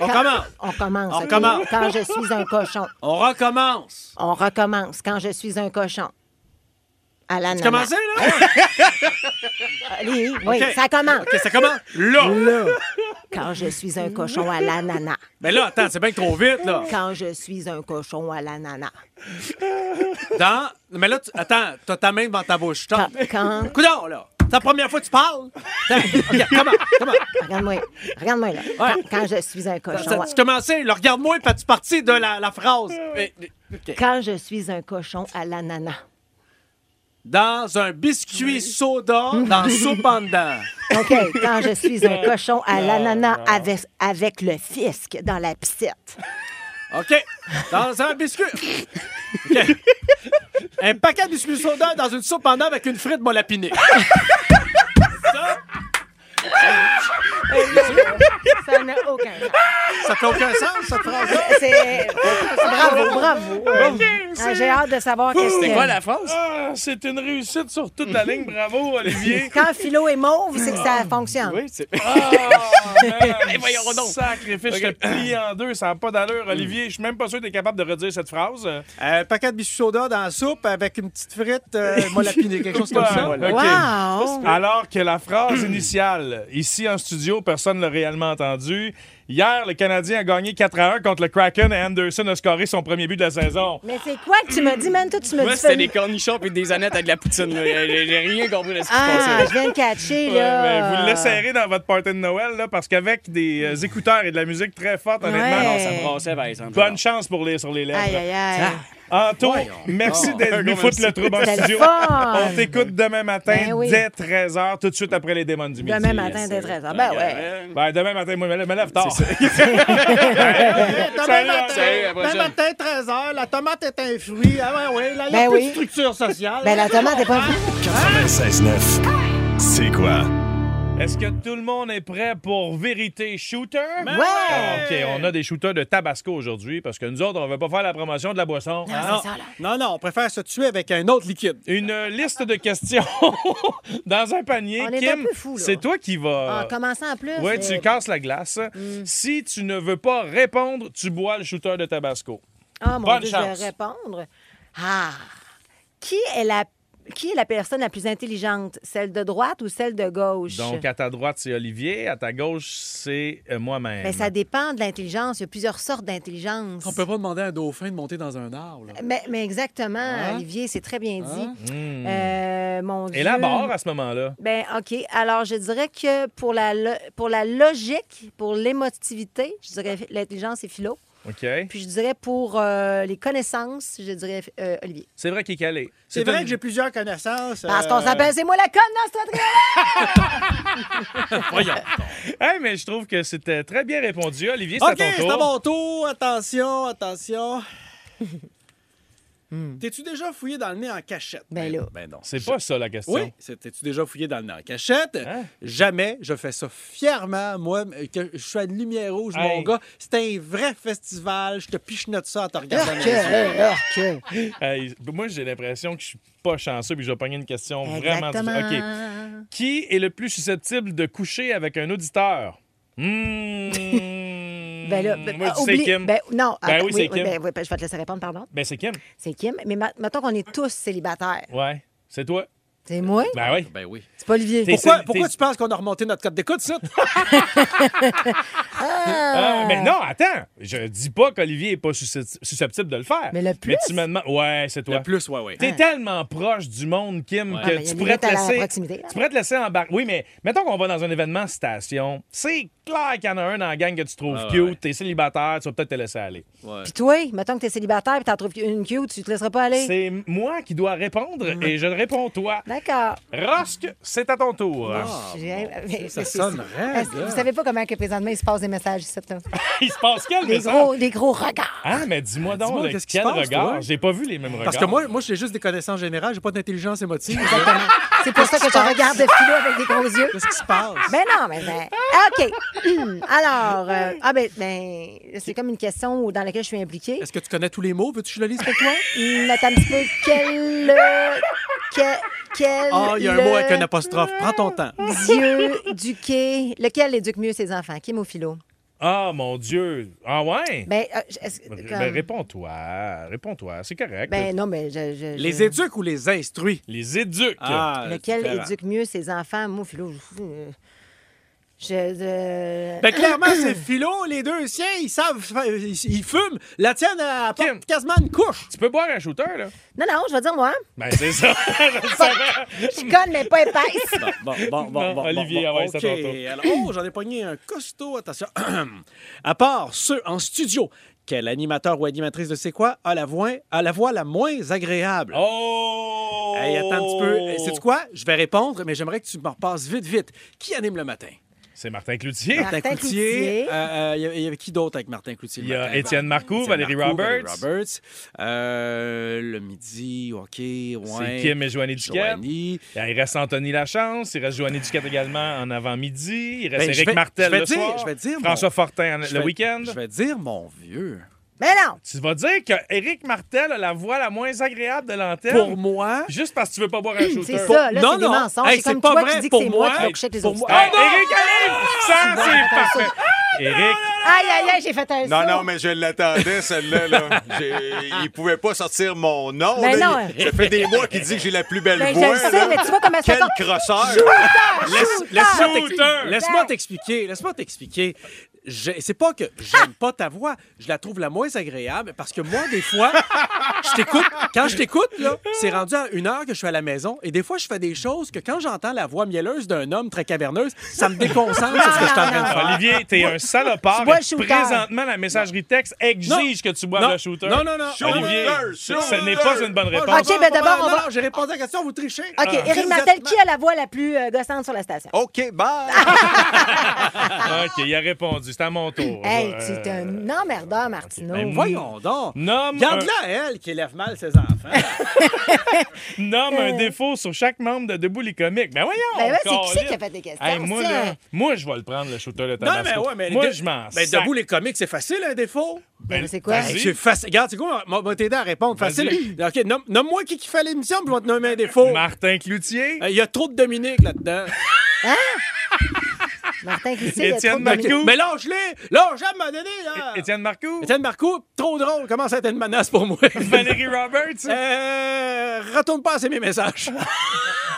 [SPEAKER 7] On commence.
[SPEAKER 3] On commence.
[SPEAKER 7] On
[SPEAKER 3] OK?
[SPEAKER 7] commence.
[SPEAKER 3] Quand je suis un cochon.
[SPEAKER 7] On recommence.
[SPEAKER 3] On recommence. Quand je suis un cochon. À la Ah,
[SPEAKER 7] Tu commences, là?
[SPEAKER 3] Oui, oui,
[SPEAKER 7] OK.
[SPEAKER 3] ça commence.
[SPEAKER 7] OK, ça commence. Là.
[SPEAKER 3] Quand je suis un cochon à l'ananas.
[SPEAKER 7] Mais là, attends, c'est bien que trop vite, là.
[SPEAKER 3] Quand je suis un cochon à l'ananas.
[SPEAKER 7] Dans... Mais là, tu- attends, t'as ta main devant ta bouche.
[SPEAKER 3] Quand,
[SPEAKER 7] T'en-
[SPEAKER 3] quand-
[SPEAKER 7] Coudon, là. C'est la première fois que tu parles. T'as- OK, comment? Comment?
[SPEAKER 3] Regarde-moi. Regarde-moi, là. Quand, quand je suis un cochon.
[SPEAKER 7] Tu commençais, là, regarde-moi, fais-tu partie de la, la phrase? Mais-
[SPEAKER 3] à- Quand je suis un cochon à l'ananas.
[SPEAKER 7] Dans un biscuit soda, dans soupe en dedans.
[SPEAKER 3] OK. Quand je suis un cochon à l'ananas avec, avec le fisc dans la piscette.
[SPEAKER 7] OK. Dans un biscuit. OK. Un paquet de biscuits soda dans une soupe en dedans avec une frite molapinée.
[SPEAKER 3] Ça n'a aucun sens.
[SPEAKER 7] Ça fait aucun sens, cette phrase-là?
[SPEAKER 3] C'est... Bravo, bravo. Ah, J'ai hâte de savoir qu'est-ce que...
[SPEAKER 8] C'est quoi la phrase?
[SPEAKER 1] Ah, c'est une réussite sur toute la ligne. Bravo, Olivier.
[SPEAKER 3] Quand Philo est mauve, c'est que ça fonctionne.
[SPEAKER 8] Hmm. Oui, c'est.
[SPEAKER 1] Et voyons donc. Hmm. Sacrifice, je te plie en deux. Ça n'a pas d'allure, Olivier. Je suis même pas sûr que tu es capable de redire cette phrase.
[SPEAKER 7] Euh, Un paquet de biscuits soda dans la soupe avec une petite frite euh, molapinée, quelque chose comme ça.
[SPEAKER 1] Ouais,
[SPEAKER 3] Wow!
[SPEAKER 1] OK. Alors que la phrase initiale, ici en studio, personne ne l'a réellement entendue. Hier, le Canadien a gagné 4 à 1 contre le Kraken et Anderson a scoré son premier but de la saison.
[SPEAKER 3] Mais c'est quoi que tu me dis, man? Toi, tu me
[SPEAKER 8] Moi,
[SPEAKER 3] dis...
[SPEAKER 8] c'était des cornichons et des annettes avec de la poutine. là. J'ai j'ai rien compris de ce qui se ben,
[SPEAKER 3] Ah,
[SPEAKER 8] passait.
[SPEAKER 3] je viens de catcher, là.
[SPEAKER 1] Ouais, mais vous le laisserez dans votre party de Noël, là, parce qu'avec des euh, écouteurs et de la musique très forte, honnêtement,
[SPEAKER 3] Ouais.
[SPEAKER 1] non, ça
[SPEAKER 8] Ça
[SPEAKER 1] me rend-
[SPEAKER 8] brassait, par exemple.
[SPEAKER 1] Bonne chance pour les sur les lèvres.
[SPEAKER 3] Aïe, aïe, aïe.
[SPEAKER 8] Ah,
[SPEAKER 1] Anto, merci d'être venu foutre le trouble en
[SPEAKER 3] C'était le
[SPEAKER 1] studio.
[SPEAKER 3] fun.
[SPEAKER 1] On t'écoute demain matin
[SPEAKER 3] Ben oui.
[SPEAKER 1] dès 13h, tout de suite après les démons du midi.
[SPEAKER 3] Demain matin, dès 13h. Ben ouais.
[SPEAKER 1] Ben, demain matin, moi, je me lève- je me lève tard.
[SPEAKER 7] Demain
[SPEAKER 1] Salut,
[SPEAKER 7] matin,
[SPEAKER 8] salut, à la
[SPEAKER 7] demain
[SPEAKER 8] prochaine.
[SPEAKER 7] matin, 13h, la tomate est un fruit. Ah ouais, ouais, là, il n'y a
[SPEAKER 3] Ben
[SPEAKER 7] plus
[SPEAKER 3] oui.
[SPEAKER 7] de structure sociale.
[SPEAKER 3] Ben la tomate est pas...
[SPEAKER 8] Ah!
[SPEAKER 4] 96.9. C'est quoi?
[SPEAKER 1] Est-ce que tout le monde est prêt pour vérité shooter?
[SPEAKER 3] Ouais!
[SPEAKER 1] OK, on a des shooters de Tabasco aujourd'hui parce que nous autres, on ne veut pas faire la promotion de la boisson.
[SPEAKER 8] Ah!
[SPEAKER 7] non, non, non, on préfère se tuer avec un autre liquide.
[SPEAKER 1] Une euh, liste de questions dans un panier.
[SPEAKER 3] On est
[SPEAKER 1] Kim,
[SPEAKER 3] un peu fous, là.
[SPEAKER 1] c'est toi qui
[SPEAKER 8] Ah!
[SPEAKER 1] vas. euh,
[SPEAKER 3] En commençant en plus.
[SPEAKER 1] Ouais,
[SPEAKER 3] c'est- Mm.
[SPEAKER 1] tu casses la glace. Si tu ne veux pas répondre, tu bois le shooter de Tabasco.
[SPEAKER 3] Ah, mon
[SPEAKER 1] Bonne
[SPEAKER 3] Dieu,
[SPEAKER 1] chance.
[SPEAKER 3] je vais répondre. Ah! Qui est la... Qui est la personne la plus intelligente, celle de droite ou celle de gauche?
[SPEAKER 1] Donc, à ta droite, c'est Olivier. À ta gauche, c'est euh, moi-même.
[SPEAKER 3] Mais Ben, ça dépend de l'intelligence. Il y a plusieurs sortes d'intelligence.
[SPEAKER 2] On peut pas demander à un dauphin de monter dans un arbre. là.
[SPEAKER 3] Mais, mais exactement, Olivier, c'est très bien dit. Euh, mon Dieu.
[SPEAKER 1] Hein? Mm. Et la barre à ce moment-là.
[SPEAKER 3] Ben, OK. Alors, je dirais que pour la, lo- pour la logique, pour l'émotivité, je dirais l'intelligence et philo.
[SPEAKER 1] OK.
[SPEAKER 3] Puis, je dirais pour euh, les connaissances, je dirais euh, Olivier.
[SPEAKER 1] C'est vrai qu'il est calé.
[SPEAKER 7] C'est vrai que j'ai plusieurs connaissances.
[SPEAKER 3] Parce
[SPEAKER 7] euh,
[SPEAKER 3] qu'on s'appelle C'est moi la conne dans cette trio!
[SPEAKER 2] Voyons.
[SPEAKER 1] Hey, mais je trouve que c'était très bien répondu. Olivier, c'est
[SPEAKER 7] OK,
[SPEAKER 1] à ton
[SPEAKER 7] c'est
[SPEAKER 1] tour.
[SPEAKER 7] à mon tour. Attention, attention. T'es-tu déjà fouillé dans le nez en cachette?
[SPEAKER 3] Ben là.
[SPEAKER 7] Ben non.
[SPEAKER 1] C'est pas ça la question.
[SPEAKER 7] Oui, c'est- t'es-tu déjà fouillé dans le nez en cachette?
[SPEAKER 1] Hein?
[SPEAKER 7] Jamais. Je fais ça fièrement, moi. Que je suis à une lumière rouge,
[SPEAKER 1] Hey.
[SPEAKER 7] mon gars. C'est un vrai festival. Je te pichenote ça en te regardant. dans les yeux.
[SPEAKER 3] Arc, arc.
[SPEAKER 1] Hey, moi, j'ai l'impression que je suis pas chanceux puis je vais pogner une question vraiment difficile. OK.
[SPEAKER 3] Exactement.
[SPEAKER 1] Qui est le plus susceptible de coucher avec un auditeur? Hmm.
[SPEAKER 3] Ben là,
[SPEAKER 1] Moi,
[SPEAKER 3] ben,
[SPEAKER 1] je dis c'est
[SPEAKER 3] oublie-
[SPEAKER 1] Kim. Ben,
[SPEAKER 3] ben, non,
[SPEAKER 1] Ben
[SPEAKER 3] attends,
[SPEAKER 1] oui, c'est Kim.
[SPEAKER 3] ben oui, je vais te laisser répondre, pardon.
[SPEAKER 1] c'est Kim.
[SPEAKER 3] C'est Kim. Mais ma- mettons qu'on est tous célibataires.
[SPEAKER 1] Ouais. C'est toi.
[SPEAKER 3] C'est moi?
[SPEAKER 1] Ben oui.
[SPEAKER 7] Ben oui.
[SPEAKER 3] C'est pas Olivier.
[SPEAKER 1] T'es-
[SPEAKER 7] Pourquoi,
[SPEAKER 1] c'est-
[SPEAKER 7] pourquoi
[SPEAKER 1] t'es-
[SPEAKER 7] tu penses qu'on a remonté notre code d'écoute, ça?
[SPEAKER 1] Ah, mais non, attends. Je dis pas qu'Olivier est pas suscept- susceptible de le faire.
[SPEAKER 3] Mais le
[SPEAKER 1] Mais
[SPEAKER 3] plus.
[SPEAKER 1] tu me demandes. Ouais, c'est toi.
[SPEAKER 7] Le plus, ouais, ouais.
[SPEAKER 1] T'es tellement proche du monde, Kim,
[SPEAKER 3] Ah,
[SPEAKER 1] que
[SPEAKER 3] mais il y a
[SPEAKER 1] tu
[SPEAKER 3] une
[SPEAKER 1] pourrais
[SPEAKER 3] limite
[SPEAKER 1] te
[SPEAKER 3] à la
[SPEAKER 1] laisser.
[SPEAKER 3] proximité, là.
[SPEAKER 1] Tu pourrais te laisser embarquer. Oui, mais mettons qu'on va dans un événement station. C'est clair qu'il y en a un dans la gang que tu trouves
[SPEAKER 7] Ah, ouais,
[SPEAKER 1] cute,
[SPEAKER 7] ouais.
[SPEAKER 1] t'es célibataire, tu vas peut-être te laisser aller.
[SPEAKER 3] Puis toi, mettons que t'es célibataire puis t'en trouves une cute, tu te laisseras pas aller.
[SPEAKER 1] C'est moi qui dois répondre
[SPEAKER 7] Mm.
[SPEAKER 1] et je réponds toi.
[SPEAKER 3] D'accord.
[SPEAKER 1] Rosque, c'est à ton tour.
[SPEAKER 7] Ah,
[SPEAKER 3] J'ai- mais- mais c'est-
[SPEAKER 7] sonne
[SPEAKER 3] c'est-
[SPEAKER 7] raide, là.
[SPEAKER 3] Vous savez pas comment que présentement il se passe des messages ici, là?
[SPEAKER 1] Il se passe quel
[SPEAKER 3] Des
[SPEAKER 1] message?
[SPEAKER 3] gros, des gros regards.
[SPEAKER 1] Ah, mais dis-moi donc,
[SPEAKER 7] Dis-moi,
[SPEAKER 1] là,
[SPEAKER 7] qu'est-ce qui
[SPEAKER 1] quel
[SPEAKER 7] se passe,
[SPEAKER 1] regard?
[SPEAKER 7] toi?
[SPEAKER 1] J'ai pas vu les mêmes regards.
[SPEAKER 7] Parce que moi, moi j'ai juste des connaissances générales. J'ai pas d'intelligence émotive.
[SPEAKER 3] Exactement. C'est pour ça que je te regarde de filer avec des gros yeux.
[SPEAKER 7] Qu'est-ce qui se passe?
[SPEAKER 3] Ben non, mais ben, OK. Alors, euh, ah ben, ben, c'est comme une question où- dans laquelle je suis impliquée.
[SPEAKER 7] Est-ce que tu connais tous les mots? Veux-tu que je le lise pour toi?
[SPEAKER 3] Mais attends un petit peu. Quel. euh, que- quel.
[SPEAKER 7] Ah, il y a un
[SPEAKER 3] le
[SPEAKER 7] mot avec un apostrophe. Prends ton temps.
[SPEAKER 3] Dieu du quai. Lequel éduque mieux ses enfants? Kim ou Philo?
[SPEAKER 1] Ah, mon Dieu. Ah, ouais?
[SPEAKER 3] Ben, euh, je- est-ce que-
[SPEAKER 1] Ben,
[SPEAKER 3] comme-
[SPEAKER 1] réponds-toi. Réponds-toi. C'est correct.
[SPEAKER 3] ben, non, mais je. je-
[SPEAKER 7] Les
[SPEAKER 3] je-
[SPEAKER 7] éduques ou les instruits?
[SPEAKER 1] Les éduques.
[SPEAKER 7] Ah.
[SPEAKER 3] Lequel
[SPEAKER 7] différent.
[SPEAKER 3] éduque mieux ses enfants? Moi, Philo, je. euh, je- euh,
[SPEAKER 7] Ben clairement, c'est philo, les deux siens, ils savent, fa- ils ils fument. La tienne, elle porte
[SPEAKER 1] Kim.
[SPEAKER 7] quasiment une couche.
[SPEAKER 1] Tu peux boire un shooter, là?
[SPEAKER 3] Non, non, je vais dire moi.
[SPEAKER 1] Ben, c'est ça.
[SPEAKER 3] Je suis conne, mais pas épaisse.
[SPEAKER 7] Bon, bon, bon,
[SPEAKER 1] Non, Olivier, ah ouais, c'est à ton
[SPEAKER 7] OK.
[SPEAKER 1] tour.
[SPEAKER 7] Alors, oh, j'en ai pogné un costaud, attention. à part ceux en studio, quel animateur ou animatrice de C'est quoi a la voix, a la, voix la moins agréable?
[SPEAKER 1] Oh!
[SPEAKER 7] Hey, attends un petit peu. Hey, Sais-tu quoi? Je vais répondre, mais j'aimerais que tu me repasses vite, vite. Qui anime le matin?
[SPEAKER 1] C'est Martin Cloutier.
[SPEAKER 7] Ah.
[SPEAKER 3] Martin Cloutier.
[SPEAKER 7] Euh, euh, Il y avait- il y avait qui d'autre avec Martin Cloutier? le
[SPEAKER 1] Il y a
[SPEAKER 7] matin?
[SPEAKER 1] Étienne Marcoux,
[SPEAKER 7] C'est
[SPEAKER 1] Valérie
[SPEAKER 7] Marcoux,
[SPEAKER 1] Roberts.
[SPEAKER 7] Valérie Roberts. Euh, le midi, OK, ouais.
[SPEAKER 1] C'est Kim et Joanny Duquette.
[SPEAKER 7] Joanie.
[SPEAKER 1] Ben, Il reste Anthony Lachance, il reste Joanny Duquette également en avant-midi, il reste
[SPEAKER 7] Ben, je
[SPEAKER 1] Éric
[SPEAKER 7] vais-
[SPEAKER 1] Martel
[SPEAKER 7] je vais
[SPEAKER 1] le
[SPEAKER 7] dire-
[SPEAKER 1] soir,
[SPEAKER 7] je vais dire mon-
[SPEAKER 1] François Fortin en-
[SPEAKER 7] Je
[SPEAKER 1] le
[SPEAKER 7] vais-
[SPEAKER 1] week-end.
[SPEAKER 7] Je vais dire mon vieux.
[SPEAKER 3] Mais Ben, non!
[SPEAKER 1] Tu vas dire que Éric Martel a la voix la moins agréable de l'antenne
[SPEAKER 7] Pour moi...
[SPEAKER 1] juste parce que tu veux pas boire un shooter.
[SPEAKER 3] C'est ça, là,
[SPEAKER 7] Non,
[SPEAKER 3] c'est des
[SPEAKER 7] non.
[SPEAKER 3] mensonges.
[SPEAKER 7] Hey,
[SPEAKER 3] c'est comme
[SPEAKER 7] c'est pas
[SPEAKER 3] toi
[SPEAKER 7] vrai
[SPEAKER 3] qui dis que
[SPEAKER 7] pour
[SPEAKER 3] c'est moi
[SPEAKER 7] moi.
[SPEAKER 3] qui vais coucher avec les
[SPEAKER 7] Pour
[SPEAKER 3] autres.
[SPEAKER 7] moi.
[SPEAKER 1] Hey, Éric arrive!
[SPEAKER 7] Ah,
[SPEAKER 1] Ça, c'est parfait! Éric,
[SPEAKER 3] Aïe, aïe, aïe, j'ai fait un
[SPEAKER 9] Non,
[SPEAKER 3] saut.
[SPEAKER 9] non, mais je l'attendais, celle-là. Là. J'ai- Il pouvait pas sortir mon nom.
[SPEAKER 3] Ben
[SPEAKER 9] là.
[SPEAKER 3] non,
[SPEAKER 9] Il- Ça fait des mois qu'il dit que j'ai la plus belle
[SPEAKER 3] Ben, je
[SPEAKER 9] voix.
[SPEAKER 3] le sais,
[SPEAKER 9] là.
[SPEAKER 3] mais tu vois comment ça
[SPEAKER 9] Quel
[SPEAKER 3] sort.
[SPEAKER 9] crosseur!
[SPEAKER 7] Laisse- Laisse-moi
[SPEAKER 1] Shooter!
[SPEAKER 7] t'expliquer. Laisse-moi
[SPEAKER 3] Ben!
[SPEAKER 7] t'expliquer. Laisse-moi t'expliquer. Je- C'est pas que j'aime pas ta voix, je la trouve la moins agréable parce que moi, des fois, je t'écoute. Quand je t'écoute, là, c'est rendu à une heure que je suis à la maison et des fois, je fais des choses que quand j'entends la voix mielleuse d'un homme très caverneuse, ça me déconcentre sur ce que je suis en train de faire.
[SPEAKER 1] Ah, Olivier, t'es un salopard.
[SPEAKER 3] Tu bois
[SPEAKER 1] et
[SPEAKER 3] le shooter.
[SPEAKER 1] Présentement, la messagerie texte exige que tu bois
[SPEAKER 7] Non.
[SPEAKER 1] le shooter.
[SPEAKER 7] Non, non, non.
[SPEAKER 1] Olivier,
[SPEAKER 9] Shooter,
[SPEAKER 1] ce n'est
[SPEAKER 9] shooter.
[SPEAKER 1] pas une bonne
[SPEAKER 7] Bon,
[SPEAKER 1] réponse.
[SPEAKER 3] Ok, ben d'abord,
[SPEAKER 7] non,
[SPEAKER 3] on va-
[SPEAKER 7] non, j'ai répondu à la question, vous trichez.
[SPEAKER 1] Ah.
[SPEAKER 3] OK, Éric Martel, qui a la voix la plus euh, gossante sur la station?
[SPEAKER 1] Oh,
[SPEAKER 9] OK, bye!
[SPEAKER 1] OK, il a répondu. C'est à mon tour.
[SPEAKER 3] Hey,
[SPEAKER 1] Euh,
[SPEAKER 3] tu es un emmerdeur, Martineau.
[SPEAKER 1] ben, moi-
[SPEAKER 7] Voyons donc.
[SPEAKER 1] Nomme, un,
[SPEAKER 7] Garde-la, elle, qui élève mal ses enfants.
[SPEAKER 1] nomme un défaut sur chaque membre de Debout les comiques. Ben voyons!
[SPEAKER 3] Euh. Ben ouais, c'est qui
[SPEAKER 1] câlisse.
[SPEAKER 3] c'est qui a fait des questions,
[SPEAKER 1] Hey, moi,
[SPEAKER 3] tiens?
[SPEAKER 1] là, moi, je vais le prendre, le shooter de
[SPEAKER 7] Non,
[SPEAKER 1] Tabasco.
[SPEAKER 7] mais ouais, mais.
[SPEAKER 1] moi,
[SPEAKER 7] de-
[SPEAKER 1] je m'en
[SPEAKER 7] Ben,
[SPEAKER 1] sac.
[SPEAKER 7] debout, les comiques, c'est facile, un défaut.
[SPEAKER 1] Ben,
[SPEAKER 3] C'est quoi?
[SPEAKER 1] vas-y.
[SPEAKER 7] C'est facile. Regarde, c'est quoi? On va t'aider à répondre.
[SPEAKER 1] Vas-y.
[SPEAKER 7] Facile. Ben, OK, nomme- nomme-moi qui, qui fait l'émission, puis je vais te nommer un défaut. Euh,
[SPEAKER 1] Martin Cloutier,
[SPEAKER 7] Il y a trop de Dominique là-dedans.
[SPEAKER 3] Martin Cloutier, il a trop
[SPEAKER 1] Étienne
[SPEAKER 3] de dominus.
[SPEAKER 1] Marcoux,
[SPEAKER 7] Mais lâche-les! Lâche-les, m'a donné, là!
[SPEAKER 1] Étienne Marcoux,
[SPEAKER 7] Ah. Étienne Marcoux, trop drôle, commence à être une menace pour moi.
[SPEAKER 1] Valérie Roberts.
[SPEAKER 7] Euh, retourne pas à mes messages.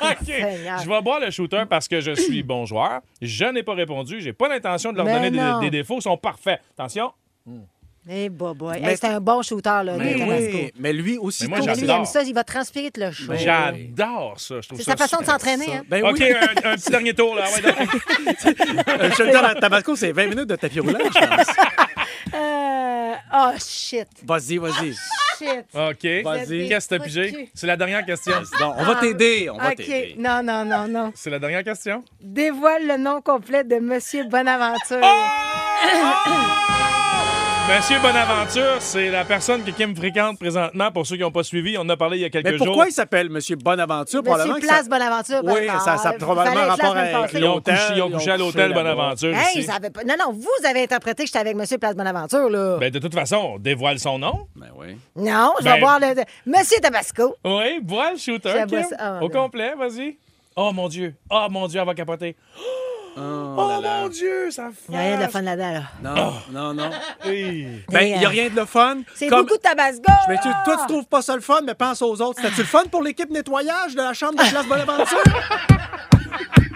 [SPEAKER 7] Ah,
[SPEAKER 1] OK.
[SPEAKER 3] Seigneur.
[SPEAKER 1] Je vais boire le shooter parce que je suis bon joueur. Je n'ai pas répondu. J'ai pas l'intention de leur
[SPEAKER 3] Mais
[SPEAKER 1] donner
[SPEAKER 3] Ben non.
[SPEAKER 1] des, des défauts. Ils sont parfaits. Attention.
[SPEAKER 3] Eh, bah, bah. Hey, c'est un bon shooter, là,
[SPEAKER 1] Mais
[SPEAKER 3] de Tabasco.
[SPEAKER 7] Oui, mais lui aussi.
[SPEAKER 1] Ben Mais moi,
[SPEAKER 3] Mais
[SPEAKER 7] trop-
[SPEAKER 3] lui, il
[SPEAKER 1] j'adore.
[SPEAKER 3] aime ça, il va transpirer de le chaud.
[SPEAKER 1] J'adore ça. Je trouve
[SPEAKER 3] C'est
[SPEAKER 1] ça
[SPEAKER 3] sa façon de
[SPEAKER 1] super.
[SPEAKER 3] s'entraîner, hein?
[SPEAKER 7] Ben
[SPEAKER 1] OK,
[SPEAKER 7] oui,
[SPEAKER 1] un, un petit dernier tour. Là. Ouais, donc-
[SPEAKER 7] euh, je le donne à Tabasco, c'est 20 minutes de tapis roulant, je pense.
[SPEAKER 3] Euh, Oh, shit.
[SPEAKER 7] Vas-y, vas-y.
[SPEAKER 3] Shit.
[SPEAKER 1] OK.
[SPEAKER 3] Vas-y.
[SPEAKER 1] Qu'est-ce que t'as
[SPEAKER 3] Vas-y.
[SPEAKER 1] pigé? C'est la dernière question.
[SPEAKER 7] Bon, on va t'aider, on va
[SPEAKER 3] OK.
[SPEAKER 7] t'aider.
[SPEAKER 3] Non, non, non, non.
[SPEAKER 1] C'est la dernière question. Ah!
[SPEAKER 3] Dévoile le nom complet de Monsieur Bonaventure.
[SPEAKER 1] Monsieur Bonaventure, c'est la personne que Kim fréquente présentement. Pour ceux qui n'ont pas suivi, on en a parlé il y a quelques
[SPEAKER 7] Mais
[SPEAKER 1] jours.
[SPEAKER 7] pourquoi il s'appelle Monsieur Bonaventure?
[SPEAKER 3] Monsieur
[SPEAKER 7] Probablement que
[SPEAKER 3] Place
[SPEAKER 7] ça-
[SPEAKER 3] Bonaventure.
[SPEAKER 7] Oui,
[SPEAKER 3] pardon.
[SPEAKER 7] ça- ça a
[SPEAKER 3] Il
[SPEAKER 7] probablement
[SPEAKER 3] fallait être là
[SPEAKER 7] rapport
[SPEAKER 3] la semaine
[SPEAKER 7] avec
[SPEAKER 3] passée.
[SPEAKER 1] Ils ont
[SPEAKER 7] Longtemps,
[SPEAKER 1] couché, ils ont
[SPEAKER 7] ils ont
[SPEAKER 1] couché à
[SPEAKER 7] couché
[SPEAKER 1] l'hôtel
[SPEAKER 7] là-bas.
[SPEAKER 1] Bonaventure
[SPEAKER 3] Hey,
[SPEAKER 1] ici.
[SPEAKER 3] ça avait pas- Non, non, vous avez interprété que j'étais avec Monsieur Place Bonaventure, là.
[SPEAKER 1] Ben, de toute façon, on dévoile son nom.
[SPEAKER 7] Ben oui.
[SPEAKER 3] non, je vais
[SPEAKER 1] ben-
[SPEAKER 3] voir le... Monsieur Tabasco.
[SPEAKER 1] Oui, voile shooter,
[SPEAKER 3] J'aime
[SPEAKER 1] Kim.
[SPEAKER 3] pas ça. Ah,
[SPEAKER 1] Au
[SPEAKER 3] non.
[SPEAKER 1] complet, vas-y. Oh mon Dieu. Oh mon Dieu, elle va capoter. Oh, mon Dieu, ça fait.
[SPEAKER 3] Il n'y a rien de le fun là-dedans, là.
[SPEAKER 7] Non, Oh, non, non.
[SPEAKER 1] Hey.
[SPEAKER 7] Ben, il n'y a
[SPEAKER 3] euh,
[SPEAKER 7] rien de le fun.
[SPEAKER 3] C'est
[SPEAKER 7] Comme-
[SPEAKER 3] beaucoup de Tabasco.
[SPEAKER 7] Mais tu,
[SPEAKER 3] là!
[SPEAKER 7] toi, tu trouves pas ça le fun, mais pense aux autres. C'était-tu le fun pour l'équipe nettoyage de la chambre de classe Bonaventure?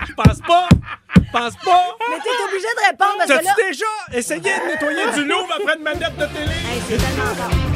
[SPEAKER 7] Je pense pas. Je pense pas.
[SPEAKER 3] Mais t'es obligé de répondre parce que là...
[SPEAKER 7] T'as-tu déjà essayé de nettoyer du louvre après une manette de télé?
[SPEAKER 3] Hey, c'est tellement bon.